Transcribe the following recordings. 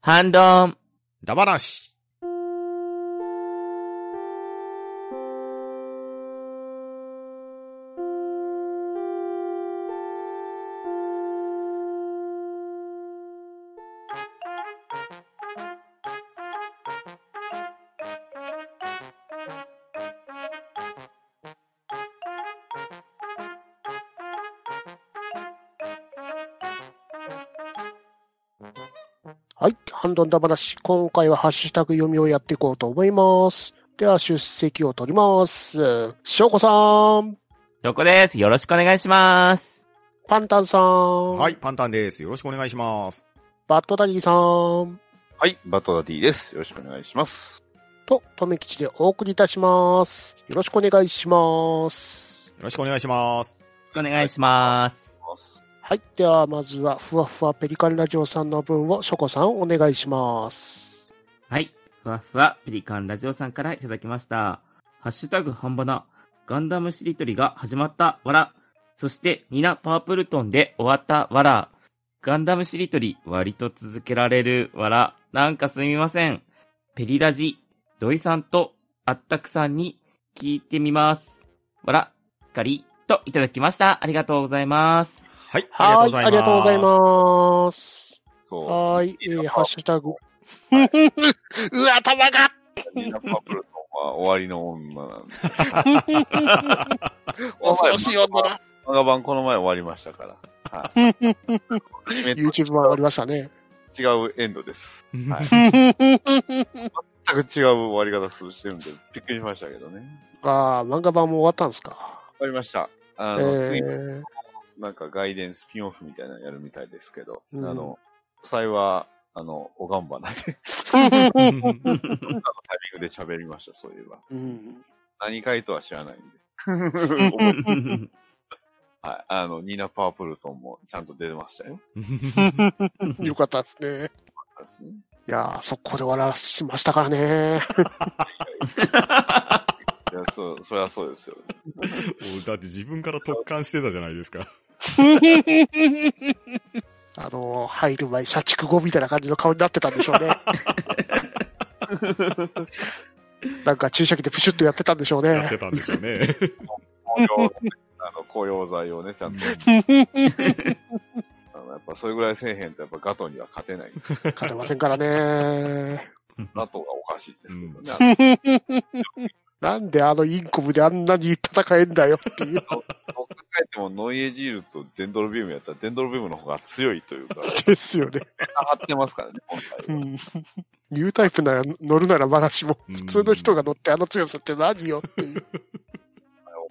ハンドン。ダバなし。はい。ハンドンダ話。今回はハッシュタグ読みをやっていこうと思います。では、出席を取ります。翔子さん、どこです。よろしくお願いします。パンタンさん、はい、パンタンです。よろしくお願いします。バットダディさん、はい、バトダディです。よろしくお願いします。と、とめきちでお送りいたします。よろしくお願いします。よろしくお願いします。お願いします。はい。では、まずは、ふわふわペリカンラジオさんの分を、ショコさん、お願いします。はい。ふわふわ、ペリカンラジオさんからいただきました。ハッシュタグ半ばな、ガンダムしりとりが始まった、わら。そして、ニナパープルトンで終わった、わら。ガンダムしりとり、割と続けられる、わら。なんかすみません。ペリラジ、土井さんと、あったくさんに、聞いてみます。わら、かり、といただきました。ありがとうござい ます。はい、はい。ありがとうございす。ます。そう。はい。えいいー、よハッシュタグ。 うわ、頭がニナ・パプルトンは終わりの女なんで。恐ろしい女だ。漫画版この前終わりましたから。はい YouTube は終わりました ね。違うエンドです。はい全く違う終わり方するしてるんで、びっくりしましたけどね。ああ、漫画版も終わったんですか。終わりました。あえの、次、ー、なんか外伝スピンオフみたいなのやるみたいですけど、うんあの、幸いは、あの、おがんばなで、タイミングで喋りました、そういえば。うん。何回とは知らないんで。 はい、あの、ニーナ・パープルトンもちゃんと出てましたよ。よかったですね。私ねいやー、そこで終わらしましたからね。いや、そう、そりゃそうですよ。 おだって自分から特感してたじゃないですか。あのー、入る前、社畜後みたいな感じの顔になってたんでしょ うね。なんか注射器でプシュッとやってたんでしょうやっねて。たんでしょう ね。紅葉、あの、紅葉剤をね、ちゃんと。あのやっぱそれぐらいせえへんと、やっぱガトには勝てない。勝てませんから ね。ガトがおかしいですけどね。あなんであのインコムであんなに戦えんだよっていう。のどう考えてもノイエジールとデンドロビウムやったら、デンドロビウムの方が強いというか、ですよね。張ってますからね、今う回は。ん。ニュータイプなら乗るならまだしも、普通の人が乗ってあの強さって何よっていう。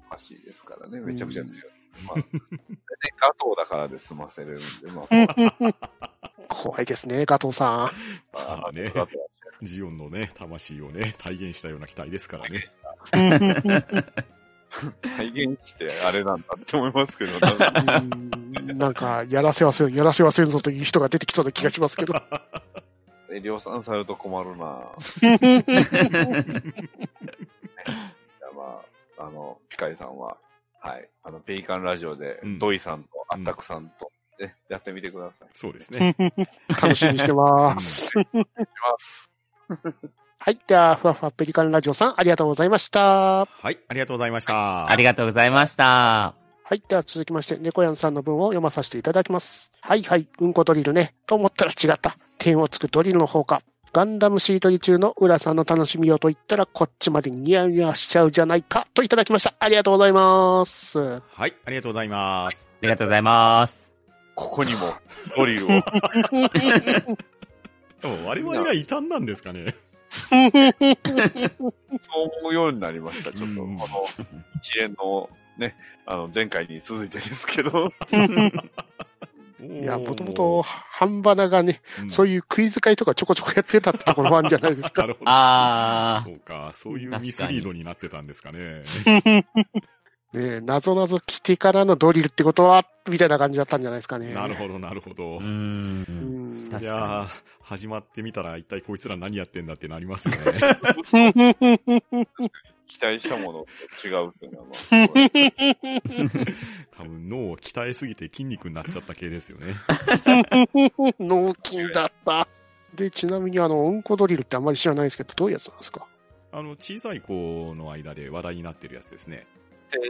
おかしいですからね、めちゃくちゃ強い。まあ、でねガトだからで済ませれるんで、まあ、怖いですね、ガトーさまあねガトはジオンのね、魂をね、体現したような機体ですからね。ん。体現してあれなんだって思いますけど、なんかうんなんか、やらせはせん、やらせはせんぞという人が出てきそうな気がしますけど。え量産されると困る なぁ。いやまあ、あの、ピカリさんは、はい、あの、ペリカンラジオで、うんドイさんとアタクさんと、ね、やってみてください。そうです ね。楽しみにしてます。いきます。はい。では、ふわふわペリカンラジオさん、ありがとうございました。ははい、ありがとうございました。ありがとうございました。い。では、続きまして、猫やんさんの文を読まさせていただきます。はいはい、うんこドリルね。と思ったら違った。点をつくドリルの方か。ガンダムシートリ中の浦さんの楽しみよと言ったら、こっちまでニヤニヤしちゃうじゃないか。といただきました。ありがとうございます。ははい、ありがとうございます。ありがとうございます。ここにも、 ドリルを。でいも我々が異端なんですかね。そう思うようになりました。ちょっと、うこんの一連の、ね、あの、前回に続いてですけ ど、いや、もともおと、半ばながね、ー、うんそういうクイズ会とかちょこちょこやってたってところもあるんじゃな いですなか。るほど。あそうか、そうい確うかにミスリードになってたんですかね。ねえ、なぞなぞ来てからのドリルってことは、みたいな感じだったんじゃないですかね。なるほど、なるほー。どう。ー。うんん確いかにやー、始まってみたら一体こいつら何やってんだってなりますよね。期待したものと違うっていうのは、まあ、これ多分脳を 鍛えすぎて筋肉になっちゃった系ですよね。脳筋だった。で、ちなみにあの、うんこドリルってあんまり知らないんですけど、どういうやつなんですかあの、小さい子の間で話題になってるやつですね。てる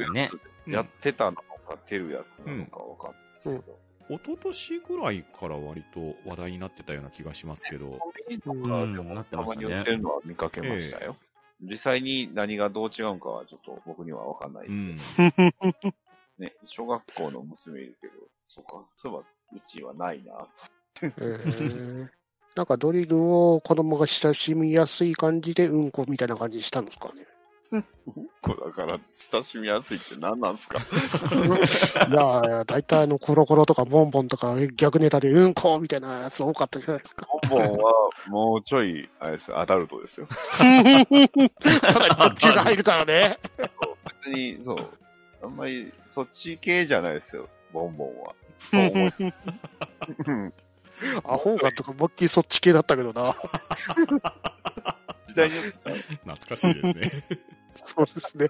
やつで、うんやってたのか、てるやつなのかわかんないですけど。一昨年ぐらいから割と話題になってたような気がしますけど、コンビニとかうんでもなってたまましたねに売ってるのは見かけましたよ。実際に何がどう違うんかはちょっと僕にはわかんないでうすけどん。ね。小学校の娘いるけど、そうか、そういえばうちはないなと。えーなんかドリルを子供が親しみやすい感じでうんこみたいな感じにしたんです かね。うん こだから親しみやすいって何なんすかいやいや、大体あのコロコロとかボンボンとか逆ネタでうんこみたいなやつ多かったじゃないですか。ボンボンはもうちょい、あれですよアダルトですよ。かなり特急が入るからね。別に、そう、あんまりそっち系じゃないですよ、ボンボンは。と思いうんアホがとか、もっきりそっち系だったけどな。時代によっては懐かしいですね。 そうですね。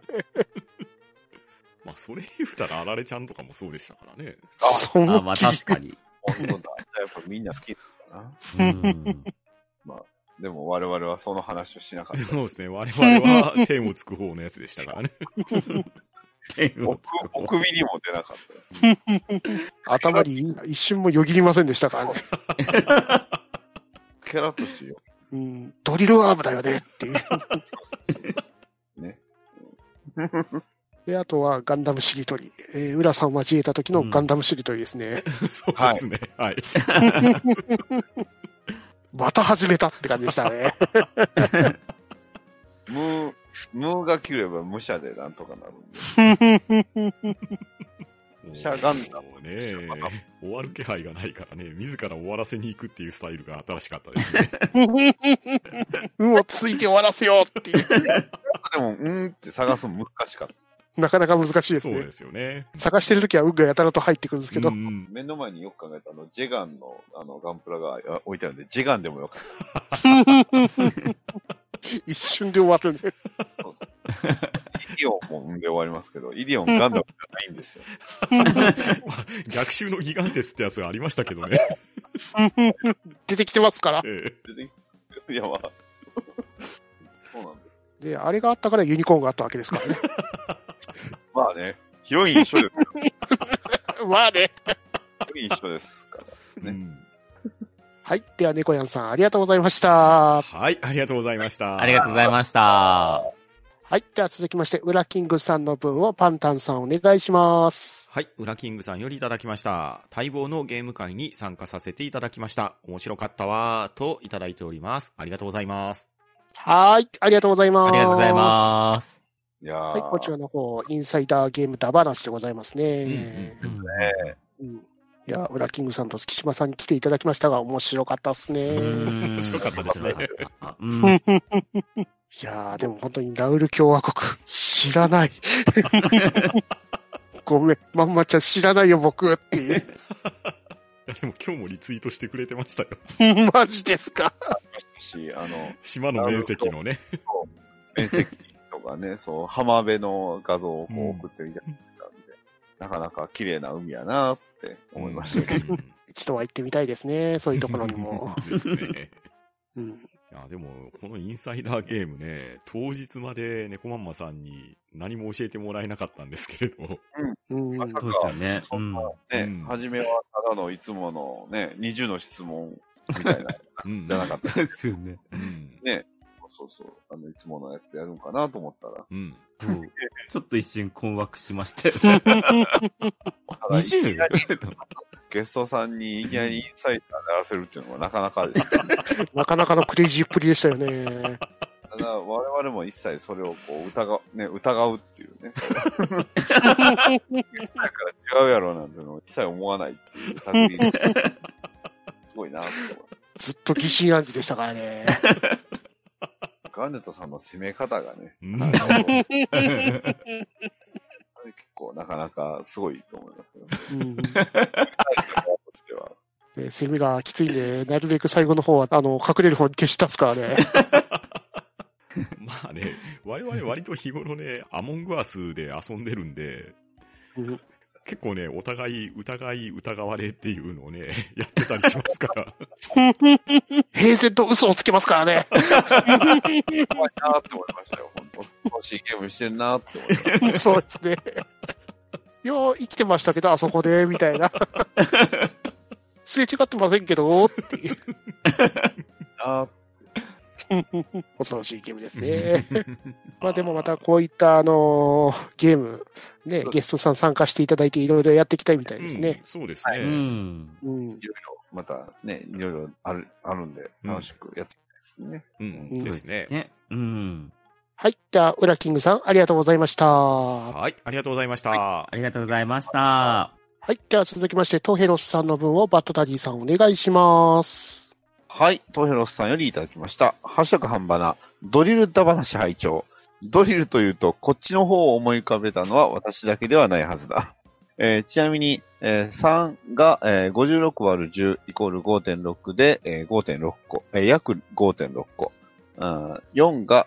まあ、それ言うたら、あられちゃんとかもそうでしたからね。そうあ、まあ思いっきり確かに。今度はやっぱみんな好きだからな。うん。 でも我々はその話をしなかったそう。ですね。我々は天をつく方のやつでしたからね。 天おをくお首にも出なかったです。頭に一瞬もよぎりませんでしたからね。キャラとしてよ。うん、ドリルアームだよねっていう。ね。で、あとはガンダムしりとり。えー浦さんを交えた時のガンダムしりとりですね。そうですね。はい。また始めたって感じでしたね。ムー、ムーが切れば武者でなんとかなるんで。シャガンダもうねまた、終わる気配がないからね、自ら終わらせに行くっていうスタイルが新しかったですね。うんをついて終わらせようっていう。でも、うーんって探すの難しかった。なかなか難しいですそうねで。すよね。探してる時は運がやたらと入ってくるんですけど、うん うん目の前によく考えたあの、ジェガンの、あの、ガンプラがあ置いてあるんで、ジェガンでもよかっ一瞬で終わるね。た。イディオンもうんで終わりますけど、イディオンガンダムじゃないんですよ。まあ逆襲のギガンテスってやつがありましたけどね。出てきてますから。ええ出てきていや、まあ。そうなんです。で、あれがあったからユニコーンがあったわけですからね。まあね、ヒロイン一緒です。まあね。ヒロイン一緒ですから。ねうんはい。では、猫やんさん、ありがとうございました。はい、ありがとうございました。ありがとうございました。はい。では、続きまして、ウラキングさんの分をパンタンさんお願いします。はい、ウラキングさんよりいただきました。待望のゲーム会に参加させていただきました。面白かったわーといただいております。ありがとうございます。はい。ありがとうございます。ありがとうございます。いやーはい。こちらの方、インサイダーゲームダバナシでございますね。うんうんいや、ウラキングさんと月島さんに来ていただきましたが、面白かったっすね。面白かったですね。うんいやー、でも本当にラウル共和国、知 らない。ごめん、まんまちゃん知らないよ、僕っていう。 いやでも今日もリツイートしてくれてましたよ。マジですか。し、あの、島の面積のね。面積とかね、そう、浜辺の画像をこう送ってみたりしたんで、なかなか綺麗な海やなって思いましたけど、うん一度は行ってみたいですね、そういうところにも。ですね。うん、いや、でも、このインサイダーゲームね、当日まで猫まんまさんに何も教えてもらえなかったんですけれど、うん、まさそうですよか、ね。そんなね、うん初めはただのいつものね、20の質問みたいな、うんじゃなかった。そうですよね。うん。そうそう、あの、いつものやつやるんかなと思ったら、うん。そうちょっと一瞬困惑しましたよね。 ただいき 20? なりゲストさんにいきなりインサイダーやらせる っていうのはなかなかですね。なかなかのクレイジーっぷりでしたよ ね。ただ、我々も一切それをこう疑う、ね、疑うっていうね。だから違うやろなんてのを一切思わないっていう作 品。すごいなって思う。ずっと疑心暗鬼でしたからね。ガーネットさんの攻め方がね、うんなんかこう 結構なかなかすごいと思いますよ。うん、としてはでセミがきついんで、なるべく最後の方は、あの、隠れる方に消し出すからね。まあね、我々割と日頃ね、アモングアスで遊んでるんで、うん結構ね、お互い疑い疑われっていうのをね、 やってたりしますから。平然と嘘をつけますからね。怖いなーって思いましたよ、本当。楽しいゲームしてんなーって思いました。そうですね。よう生きてましたけど、あそこで、みたいな。すれ違ってませんけど、っていう。なー恐ろしいゲームですね。まあでもまたこういった、あのーゲーム、ね、ゲストさん参加していただいていろいろやっていきたいみたいですうんね。そうですうね。ん。うんい。ろいろ、またね、いろいろある、あるんで、うん楽しくやっていきたいですね。うん。うんですね。ね。うん。はい。じゃあ、ウラキングさん、ありがとうございました。ははい。ありがとうございました。ありがとうございました。い。では続きまして、トヘロスさんの分をバッドダディさんお願いします。はい、トヘロスさんよりいただきました。ハッシュタグ半ばな、ドリルだ話拝聴ドリルというと、こっちの方を思い浮かべたのは私だけではないはずだ。えーちなみに、えー3が、えー56割る10イコール5.6で、えー5.6個、えー約5.6個。うん4が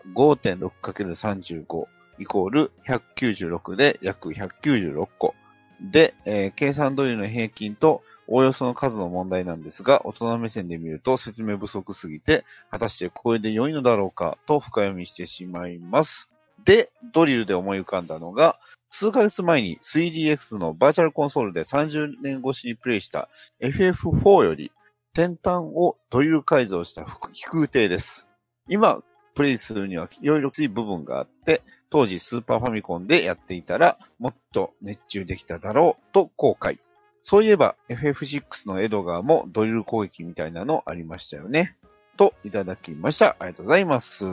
5.6×35 イコール196で約196個。で、えー計算ドリルの平均とおおよその数の問題なんですが、大人目線で見ると説明不足すぎて、果たしてこれで良いのだろうかと深読みしてしまいます。で、ドリルで思い浮かんだのが、数ヶ月前に 3DX のバーチャルコンソールで30年越しにプレイした FF4 より、先端をドリル改造した飛空艇です。今、プレイするにはいろいろきつい部分があって、当時スーパーファミコンでやっていたら、もっと熱中できただろうと後悔。そういえば FF6 のエドガーもドリル攻撃みたいなのありましたよね。といただきました。ありがとうございます。は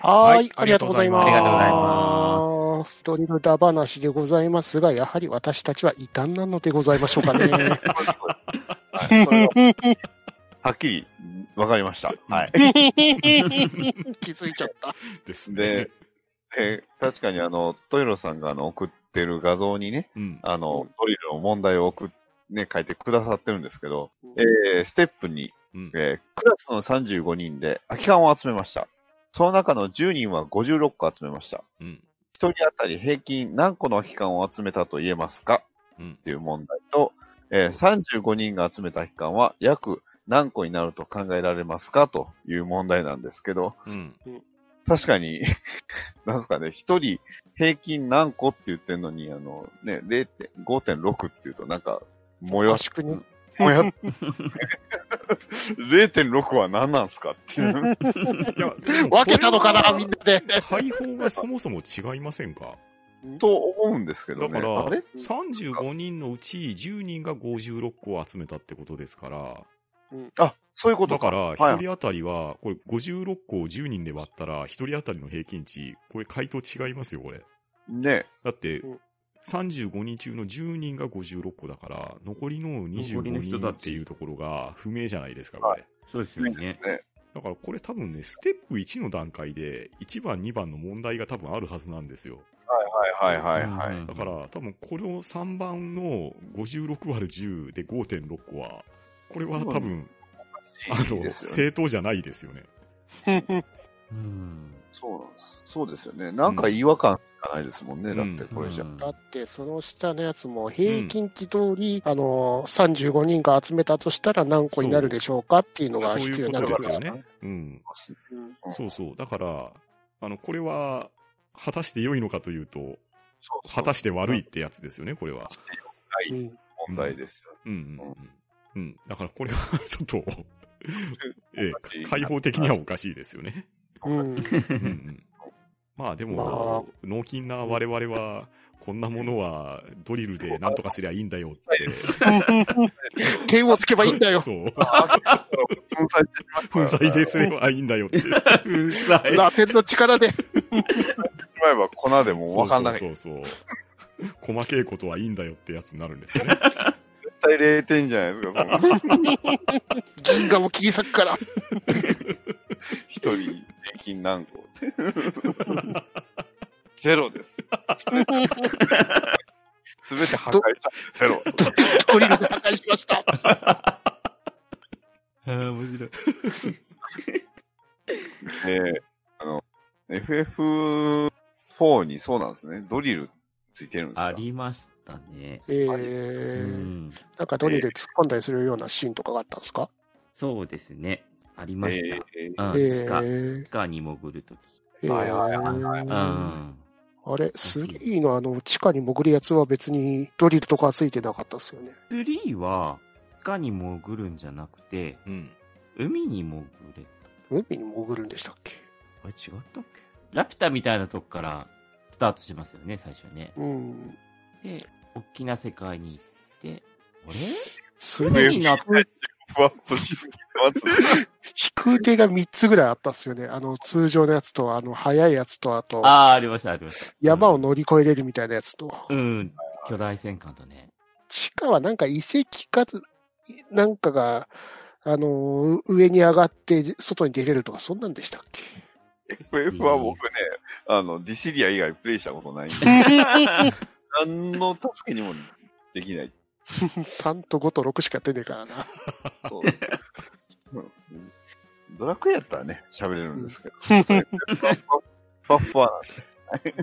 はいい、ありがとうございまあす。りがとうございます。ドリルダ話でございますが、やはり私たちは異端なのでございましょうかね。はいそれははっきり分かりました。はい。気づいちゃった。ですねで。、 えー確かにあの、トイロさんがあの送ってる画像にね、うん。あの、ドリルの問題を送っね、書いてくださってるんですけど、えーステップにうん。えークラスの35人で空き缶を集めました。その中の10人は56個集めました。うん。 1人当たり平均何個の空き缶を集めたと言えますかうんっていう問題と、えー35人が集めた空き缶は約何個になると考えられますかという問題なんですけど、うん。確かに、 なんすかね、1人平均何個って言ってんのに、あの、ね、0 5.6っていうとなんか、もや確かに。もや0.6は何なんすかってい う。いや、でも分けたのかな、みんなで。解放がそもそも違いませんかと思うんですけだどね。からあれ、 35人のうち10人が56個を集めたってことですから、あ、そういうことだか。から、はい1人当たりは、これ56個を10人で割ったら、1人当たりの平均値、これ回答違いますよ、これ。ね。だってうん、 35人中の10人が56個だから、残りの残りの25人人たっちていうところが不明じゃないですか、これ。そうですよね。ねだからこれ多分ね、ステップ1の段階で、1番、2番の問題が多分あるはずなんですよ。はいはいはいはい。うんだから多分これを3番の56割る10で5.6個は、これは多分、あいいの、ですよね正当じゃないですよね。うん。そうなんです。そうですよね。なんか違和感しかないですもんね。うんだってこれじゃ。うん だって、その下のやつも平均値通り、あの、35人が集めたとしたら何個になるでしょうかっていうのそがう必い要うにこなとるでわすけよだね。うん。うんうんそうそう。だから、あの、これは、果たして良いのかというと、そうそう果たして悪いってやつですよね、これは。うん問題ですよ。うんうんうん。うん。だからこれは 、ちょっと、ええ、開放的にはおかしいですよね。うん。うんうん。まあでも、納金な我々は、こんなものはドリルでなんとかすりゃいいんだよって。 点をつけばいいんだよ。そう。粉砕してしま粉砕ですればいいんだよって。 うざい。螺旋の力で。えば粉でもわかんない。そ絶うそうそうそう。細けいことはいいんだよってやつになるんですよね。対0点じゃないですか。その銀河も切り裂く から。一人平均何個って。ゼロです。すべて破壊した。ゼロ。ドリルで破壊しました。あー面白い。えーあの、FF4 にそうなんですね。ドリルついてるんですかありましたね。えはいえー、なんかドリル突っ込んだりするようなシーンとかがあったんですかそうですね。ありました。えーうん、え地下、地ー、下に潜るとき。えはいはいはいはいうん。ーあれ、スリーのあの、地下に潜るやつは別にドリルとかはついてなかったですよね。 3は、地下に潜るんじゃなくて、うん。海に潜れ海に潜るんでしたっけあれ違ったっけラピュタみたいなとこからスタートしますよね、最初ね。うん。で、大きな世界に行って、すあごれい、海になっふわっとしすぎてます。飛空艇が3つぐらいあったっすよね。あの、通常のやつと、あの、速いやつと、あと、ああ、ありました、ありました。山を乗り越えれるみたいなやつと。うん、巨大戦艦とね。地下はなんか遺跡か、なんかが、あの、上に上がって、外に出れるとか、そんなんでしたっけ FF は僕ね、あの、ディシリア以外プレイしたことないんで、何の助けにもできない。 ?3 と5と6しか出ねえからな。そう うんドラクエやったらね、喋れるんですけど。ふわっふわ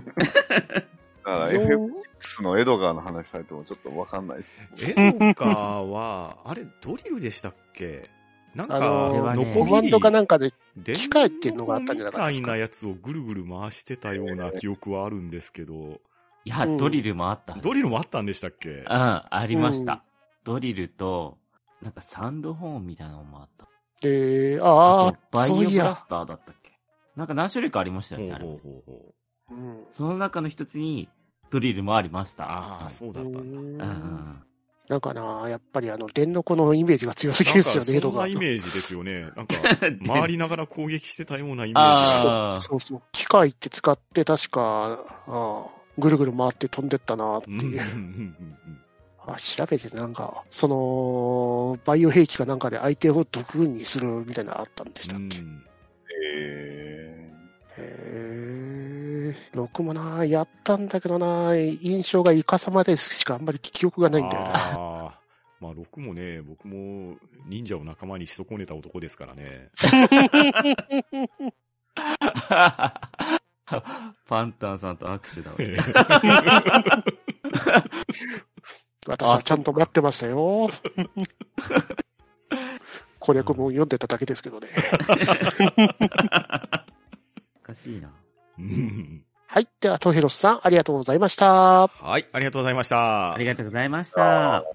なんですね。だから FX のエドガーの話されてもちょっとわかんないです。エドガーは、あれ、ドリルでしたっけなんか、あのーノココギマンリ、ドかなんかで、電機械っていうのがあったんじゃなかったノでコすみかたいなやつをぐるぐる回してたような記憶はあるんですけど、いや、うんドリルもあったはず。ドリルもあったんでしたっけうん、ありましうんた。ドリルと、なんかサンドホーンみたいなのもあった。えー、あとあ、バイそオういブラや。スターだったっけなんか何種類かありましたよほうね、あれほうほうほう。うんその中の一つに、ドリルもありました。ああ、そうだったんだ。うん。うん。なんかな、やっぱりあの、電の子のイメージが強すぎなるんでかすよね、エそドんガなイー。メージですよね。なんか、周回りながら攻撃してたようなイメージ。ああ、そうそう。機械って使って確か、ああぐるぐる回って飛んでったなってうんうんうんいう。うんあ調べてなんか、その、バイオ兵器かなんかで相手を毒軍にするみたいなのあったんでしうたっけ、へんええ。僕もな、やったんだけどな、印象がイカサマですしかあんまり記憶がないんだよな。ああ。まあ、6もね、僕も忍者を仲間にし損ねた男ですからね。 パンタンさんと握 手だわ。私はちゃんと待ってましたよ。攻略本読んでただけですけど ね。おかしいな。うんはい。では、トヘロスさん、ありがとうございました。はい、ありがとうございました。ありがとうございました。は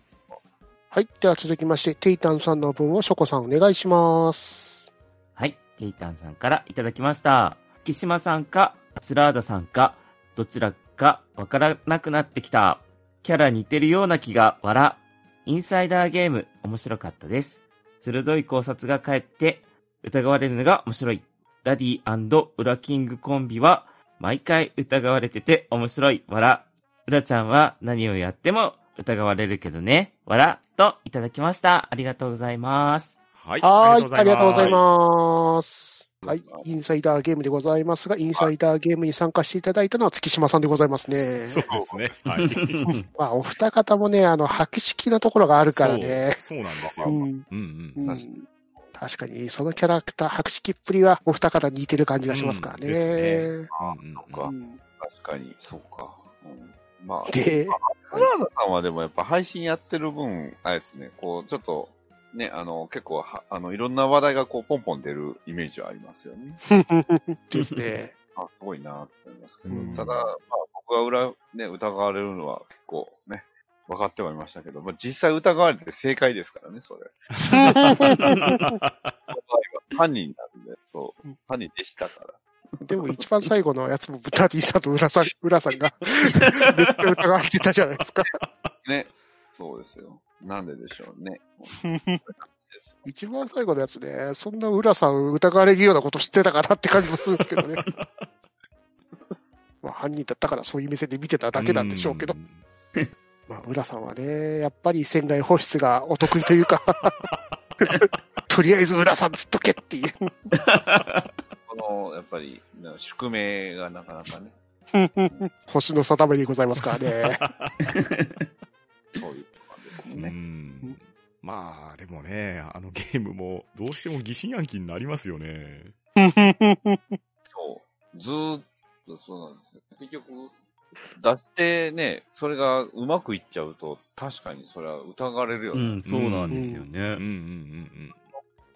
い。では続きまして、テイタンさんの分をショコさんお願いします。はい。テイタンさんからいただきました。木島さんか、スラーダさんか、どちらかわからなくなってきた。キャラ似てるような気が、笑。インサイダーゲーム、面白かったです。鋭い考察が返って、疑われるのが面白い。ダディウラキングコンビは、毎回疑われてて面白い。笑。ウラちゃんは何をやっても疑われるけどね。笑。といただきました。ありがとうございます。はい、はい。ありがとうございす。ます。はいは。インサイダーゲームでございますが、インサイダーゲームに参加していただいたのは月島さんでございますね。そうですね。はい。まあ、お二方もね、あの、破棄式なところがあるからね。そうそうなんですうよ。ん。うんう。うんん確か確かに、そのキャラクター、白式っぷりは、お二方似てる感じがしますからうんですね。あうんうんそっうか。ん確かに、そうか。うんまあ、で、クラーダさんはでもやっぱ配信やってる分、あれですね、こう、ちょっと、ね、あの、結構は、あの、いろんな話題がこう、ポンポン出るイメージはありますよね。ですね。あ、すごいなって思いますけど、うんただ、まあ、僕が裏、ね、疑われるのは結構ね、分かってはいましたけど、まあ、実際疑われて正解ですからね、それ。犯人なんで、そううん。犯人でしたから。でも一番最後のやつも、ブタディさんと浦さん、浦さんが、 めっちゃ疑われてたじゃないですか。ね。そうですよ。なんででしょうね。です一番最後のやつね、そんな浦さん疑われるようなこと知ってたかなって感じもするんですけどね。まあ犯人だったからそういう目線で見て ただけなんでしょうけど、。まあ浦さんはね、やっぱり仙台保湿がお得意というか、とりあえず浦さんずっとけっていう。この、やっぱり、な宿命がなかなかね、星の定めでございますからね。そういうことなんですようね。んまあ、でもね、あのゲームも、どうしても疑心暗鬼になりますよね。そう。ずーっとそうなんですよ。結局、出してね、それがうまくいっちゃうと、確かにそれは疑われるようね。ん、そうなんですようんうね。ん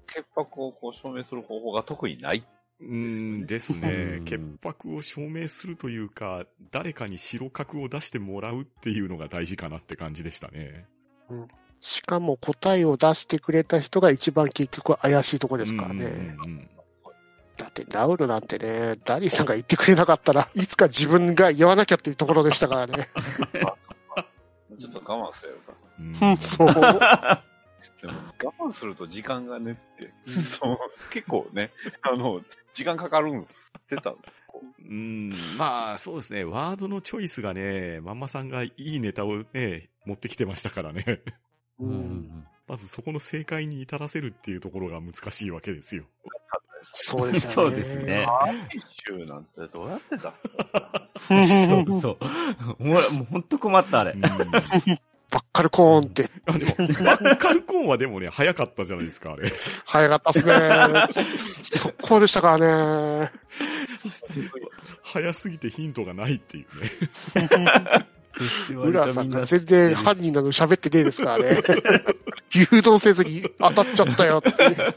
潔白をこう証明する方法が特になうんうい。ん。うんですうねん。潔白を証明するというか、誰かに白角を出してもらうっていうのが大事かなって感じでしたね。しかも答えを出してくれた人が一番結局怪しいとこですからね。うんうんうんだってダウルなんてね、ダリーさんが言ってくれなかったらいつか自分が言わなきゃっていうところでしたからね。ちょっと我慢すればよかっううんん、そう。たでも我慢すると時間がねって、そう、結構ね、 あの、時間かかるんすってたんだうん、まあ、そうですね。ワードのチョイスがね、まんまさんがいいネタをね、持ってきてましたからね。 ううんんまずそこの正解に至らせるっていうところが難しいわけですよ。そうですそよね。うですね。アーティッシュなんてどうやって出すそうそう。もう、もう本当困った、あれう。ん、あばっかりコーンってでも、バッカルコーンはでもね、早かったじゃないですか、あれ。早かったですね。速攻でしたからね。そして、早すぎてヒントがないっていうね。そして割と浦さんが知っ全てる然犯人なの喋ってねえですからね。誘導せずに当たっちゃったよって。なんか、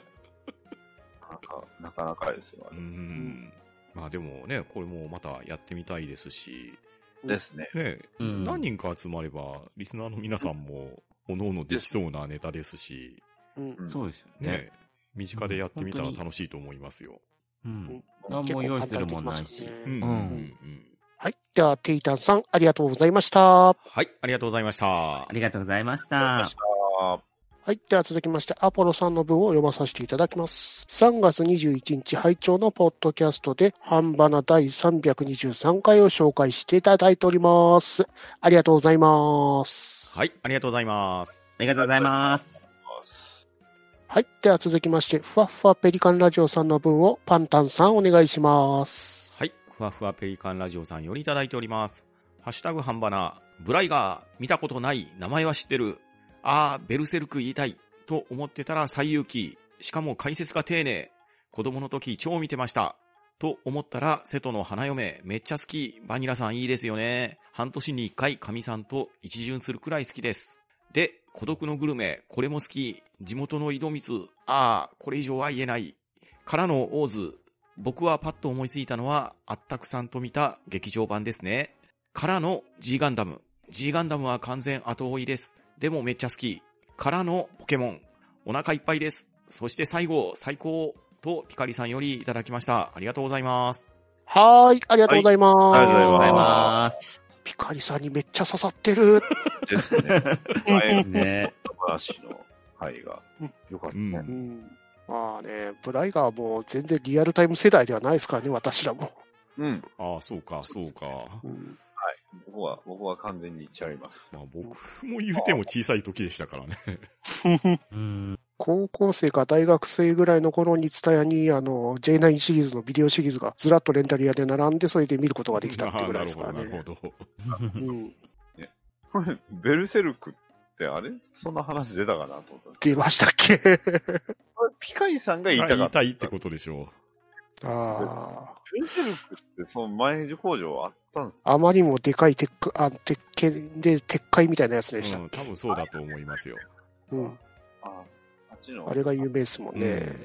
なかなかですよう。ん。まあでもね、これもまたやってみたいですし、ですね。ね、うん何人か集まれば、リスナーの皆さんも、おのおのできそうなネタですし、うんそうですよね。ね、身近でやってみたら本当に楽しいと思いますよ。うん。何も用意するもんないし結構簡単にうできますねん。うんうんはい。では、テイタンさん、ありがとうございました。はい、ありがとうございました。はありがとうございました。あはい。では続きまして、アポロさんの文を読まさせていただきます。3月21日、拝聴のポッドキャストで、半ばな第323回を紹介していただいております。ありがとうございます。い、ありがとうございます。ありがとうございます。はい。では続きまして、ふわふわペリカンラジオさんの文をパンタンさんお願いします。はい、ふわふわペリカンラジオさんよりいただいております。ハッシュタグ半ばな、ブライガー、見たことない、名前は知ってる。あー、ベルセルク言いたい、と思ってたら最有機。しかも解説が丁寧。子供の時超見てました。と思ったら、瀬戸の花嫁、めっちゃ好き。バニラさんいいですよね。半年に一回、神さんと一巡するくらい好きです。で、孤独のグルメ、これも好き。地元の井戸光、ああ、これ以上は言えない。からの大津。僕はパッと思いついたのは、あったくさんと見た劇場版ですね。からの G ガンダム。G ガンダムは完全後追いです。でもめっちゃ好き。からのポケモン。お腹いっぱいです。そして最後、最高とピカリさんよりいただきました。ありがとうございます。はーい、ありがとうございます。はいありがとありがとううごござざいいままピカリさんにめっちゃ刺さってる。 ですね。 す。ね。話の範囲が良かったね。うんうん。まあね、ブライガーも全然リアルタイム世代ではないですからね、私らも。うん。ああ、そうか、そうか。うん僕は、僕は完全に一致あります。 まあ僕も言うても小さい時でしたからね。うん。高校生か大学生ぐらいの頃に、ツタヤに、あの、J9 シリーズのビデオシリーズがずらっとレンタル屋で並んで、それで見ることができたっていうぐらいです からなるね。ほど、なるほど。うん。ベルセルクってあれそんな話出たかなと思ったんですけ出ましたっけどこれピカリさんが言い言たかっいた。たいってことでしょあベルセルクってその前工場あったんですかあ。あまりにもでかい鉄くあ鉄拳で、鉄塊みたいなやつう。でしたう。ん、多分そうだと思いますよ。うん。ああっちのあれが有名ですもんね。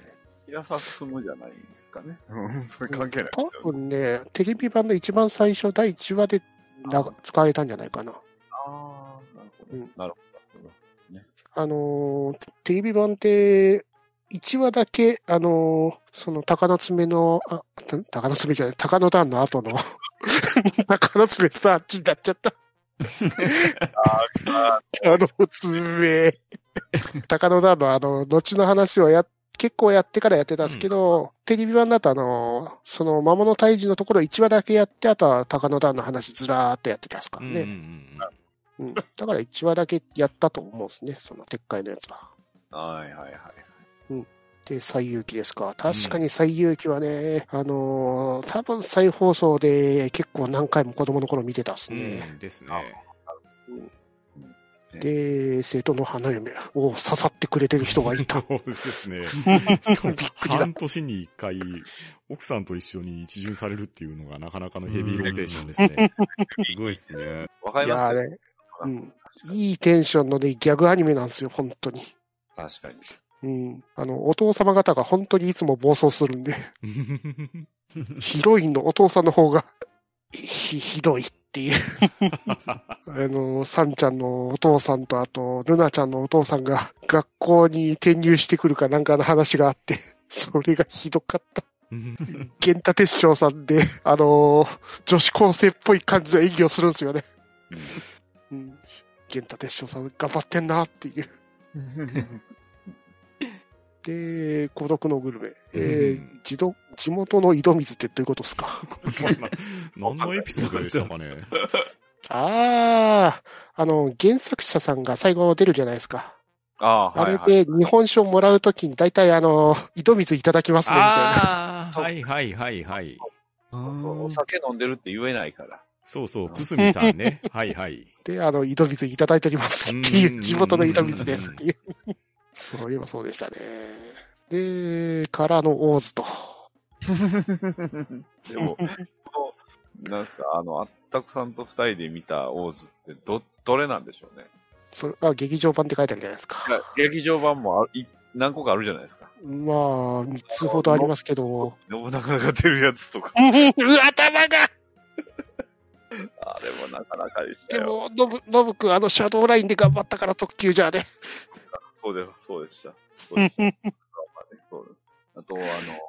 平沢進むじゃないんですかね。うん、それ関係ないです多よね。分ね、テレビ版の一番最初、第1話でな使われたんじゃないかな。ああ、なるほど。うんなるほど。あのーテレビ版って、1話だけ、あのーその、鷹の爪の、あ、た鷹の爪じゃない、鷹の段の後の、 鷹の爪とあっちになっちゃった。あの爪。鷹の段のあの、後の話はや、結構やってからやってたんですけど、テレビ版だとあのーその、魔物退治のところ1話だけやって、あとは鷹の段の話ずらーっとやってたんですかうらん、ね。うんうんうん、だから1話だけやったと思うんですね、その撤回のやつは。はいはいはい。で、最有機ですか。確かに最有機はね、あのー多分再放送で結構何回も子供の頃見てたっすうん。ね。うん、ですね。あで、生徒の花嫁を刺さってくれてる人が いた。そうですね。しかもびっくりだ半年に一回、奥さんと一緒に一巡されるっていうのがなかなかのヘビーローテーションですね。すごいですね。わかいりやまあすねれ、うん、いいテンションのね、ギャグアニメなんですよ、本当に。確かに。うん、あのお父様方が本当にいつも暴走するんで、ヒロインのお父さんの方がひひどいっていうあの、サンちゃんのお父さんと、あと、ルナちゃんのお父さんが学校に転入してくるかなんかの話があって、それがひどかった。 源太鉄章さんで、あの女子高生っぽい感じの演技をするんですよね。うん、源太鉄章さん、頑張ってんなっていう。で、孤独のグルメ。えーうん地ど地元の井戸水ってどういうことですか何のエピソードでしたかね。ああ、あの、原作者さんが最後出るじゃないですか。ああ、はい、あはい。れで日本酒をもらうときに大体あの、井戸水いただきますね、みたいな。ああ、はいはいはいはい。そ うお酒飲んでるって言えないから。そうそう、くすみさん ね。はいはい。で、あの、井戸水いただいておりますっていうう、ん地元の井戸水ですっていう。そういえばそうでしたね。で、からの大津と。でも、この、なんすか、あの、あったくさんと二人で見たオーズって、ど、どれなんでしょうね。それあ劇場版って書いてあるじゃないですか。劇場版もあい何個かあるじゃないですか。まあ、3つほどありますけど。信長が出るやつとか。うん、頭があれもなかなかでしたでも、よ。ノブ、ノブ君、あの、シャドウラインで頑張ったから特急じゃね。そうで、そうでした。そうでした。まあねそうですあと、あの、ね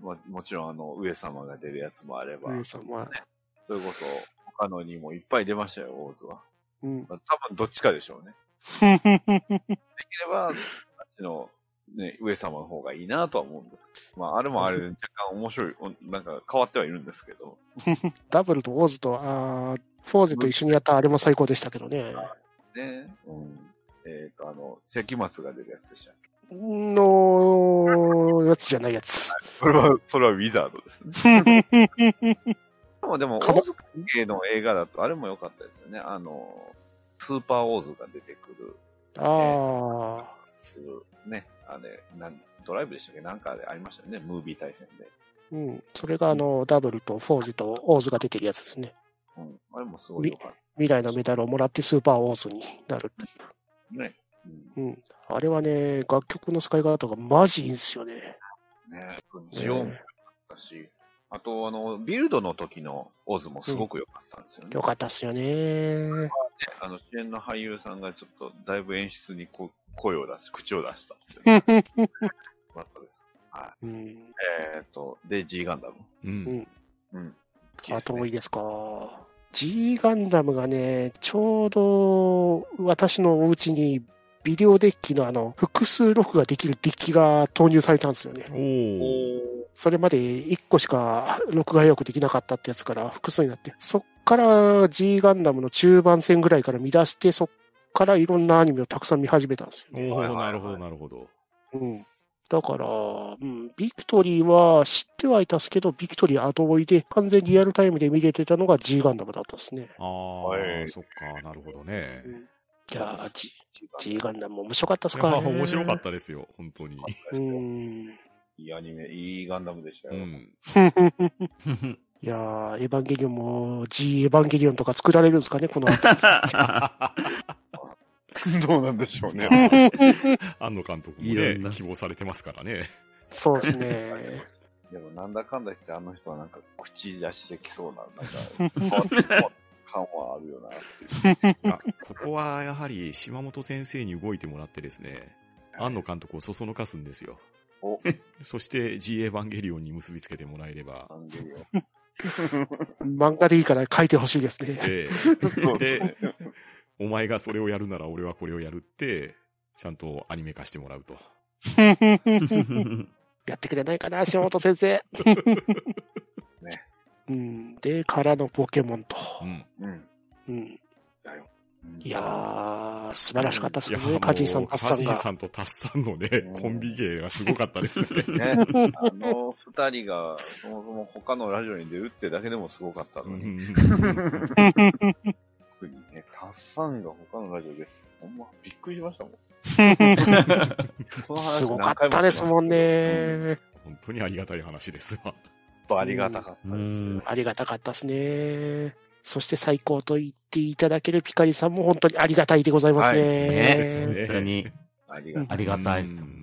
ももちろん、あの、上様が出るやつもあれば、上様。それこそ、他のにもいっぱい出ましたよ、オーズは。 うん。まあ、多分どっちかでしょうね。できれば、あっちの、ね、上様の方がいいなとは思うんですけど。まあ、あれもあれで若干面白い、おなんか変わってはいるんですけど。ダブルとオーズと、あーフォーゼと一緒にやったあれも最高でしたけどね。ね。うん。えっ、と、あの、関松が出るやつでした。のやつじゃないや つ。それは、それはウィザードですね。でも、でも、オかばーズ関係の映画だと、あれも良かったですよね。あの、スーパーオーズが出てくる、ああ。する、ね、あれ、なんドライブでしたっけなんかでありましたよね、ムービー対戦で。うん。それが、あの、ダブルとフォーゼとオーズが出てるやつですね。うん、あれもすごい良かっ未来のメダルをもらってスーパーオーズになるっていた。ね。うん、う。うん。あれはね、楽曲の使い方がマジいいんですよね。ねジオンも良かったし、あと、あの、ビルドの時のオーズもすごく良かったんですよね。よかったっすよね。 あの、主演の俳優さんがちょっと、だいぶ演出にこ声を出し、口を出したっていうのが良かったです。うん。えっ、と、で、G ガンダム。うん。うん。あ、遠いですか。G ガンダムがね、ちょうど私のお家にビデオデッキのあの複数録画できるデッキが投入されたんですよね。おおー。それまで1個しか録画予約できなかったってやつから複数になって、そっから G ガンダムの中盤戦ぐらいから見出して、そっからいろんなアニメをたくさん見始めたんですよね。おはいはいー、はないるほど、なるほど。うん。だから、うん、ビクトリーは知ってはいたっすけど、ビクトリー後追いで完全リアルタイムで見れてたのが G ガンダムだったですね。あはあ、いそっか、なるほどね。いやー、G, い G ガンダムも面白かったっすいかやらね。面白かったですよ、本当に。うーん。いアニメ、いいガンダムでしたうよ。ん。いやー、エヴァンゲリオンも G エヴァンゲリオンとか作られるんですかね、この後。 どうなんでしょう ね。庵野監督もいろねんな、希望されてますからね。そうですね。でも、なんだかんだ言って、あの人はなんか、口出してきそうな、なんか、変 わった感はあるよなっていう。あここはやはり島本先生に動いてもらってですね、庵野監督をそそのかすんですよ。お、そして G エヴァンゲリオンに結びつけてもらえればガ。ンゲリオン。漫画でいいから書いてほしいですね。 えそうえですで、ねお前がそれをやるなら俺はこれをやるって、ちゃんとアニメ化してもらうと。やってくれないかな、島本先生。ねうん、で、からのポケモンと。うん。うん。うん、だよ。いやー、素晴らしかったですいや、ね、カジンさん、もうカッサカジンンが。さんとタッサンのねう、んコンビ芸がすごかったですね。ね、あの二人が、そもそも他のラジオに出るってだけでもすごかったうのに、ん特にね、炭サンが他のラジオです。ほんま、びっくりしましたもん。この話 すごかったですもんうんね。本当にありがたい話ですわ。ちょっとありがたかったですうんよ。ありがたかったですね。そして最高と言っていただけるピカリさんも本当にありがたいでございますねね。ですね本当にありがたありがたいでうす。ん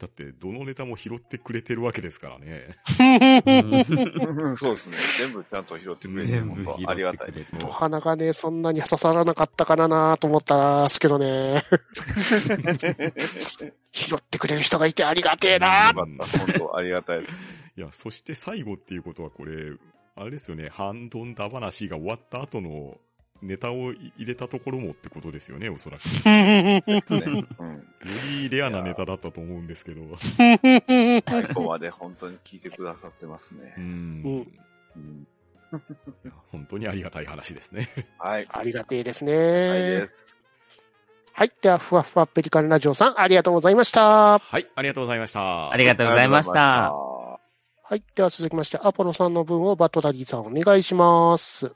だって、どのネタも拾ってくれてるわけですからね。うんい。うんそうですね。全部ちゃんと拾ってくれて、全部拾っ本て当ありがたいくでれす。てお花がね、そんなに刺さらなかったかななと思ったんですけどね。 拾ってくれる人がいてありがてえよなかった。本当ありがたいです。いや、そして最後っていうことはこれ、あれですよね、ハンドンダ話が終わった後のネタを入れたところもってことですよね、お そらく。よねうん。りレアなネタだったと思うんですけど。最後まで本当に聞いてくださってますうね。ん。うんいや本当にありがたい話ですね。はい。ありがてえですはいでね。す。はい。では、ふわふわペリカルラジオさん、ありがとうございました。はい、ありがとうございました。ありがとうございました。ははい。では、続きまして、アポロさんの分をバトダディさんお願いします。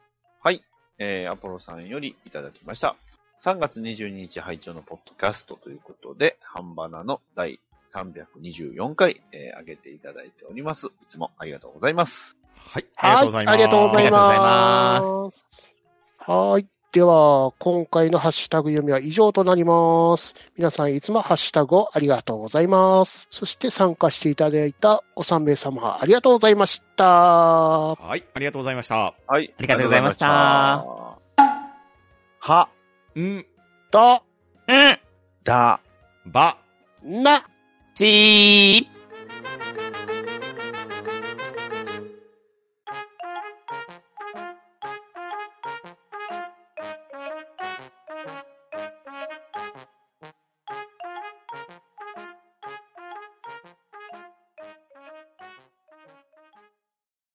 い。えー、アポロさんよりいただきました。3月22日拝聴のポッドキャストということで、ハンバナの第324回、えー、上げていただいております。いつもありがとうございます。はい、はい。ありがとうございありがとうます。はい。では、今回のハッシュタグ読みは以上となります。皆さんいつもハッシュタグをありがとうございます。そして参加していただいたお三名様、ありがとうございました。はい、ありがとうございました。はい。ありがとうございましたありがとうございましたは、ん、と、 うんだ、ば、な、チー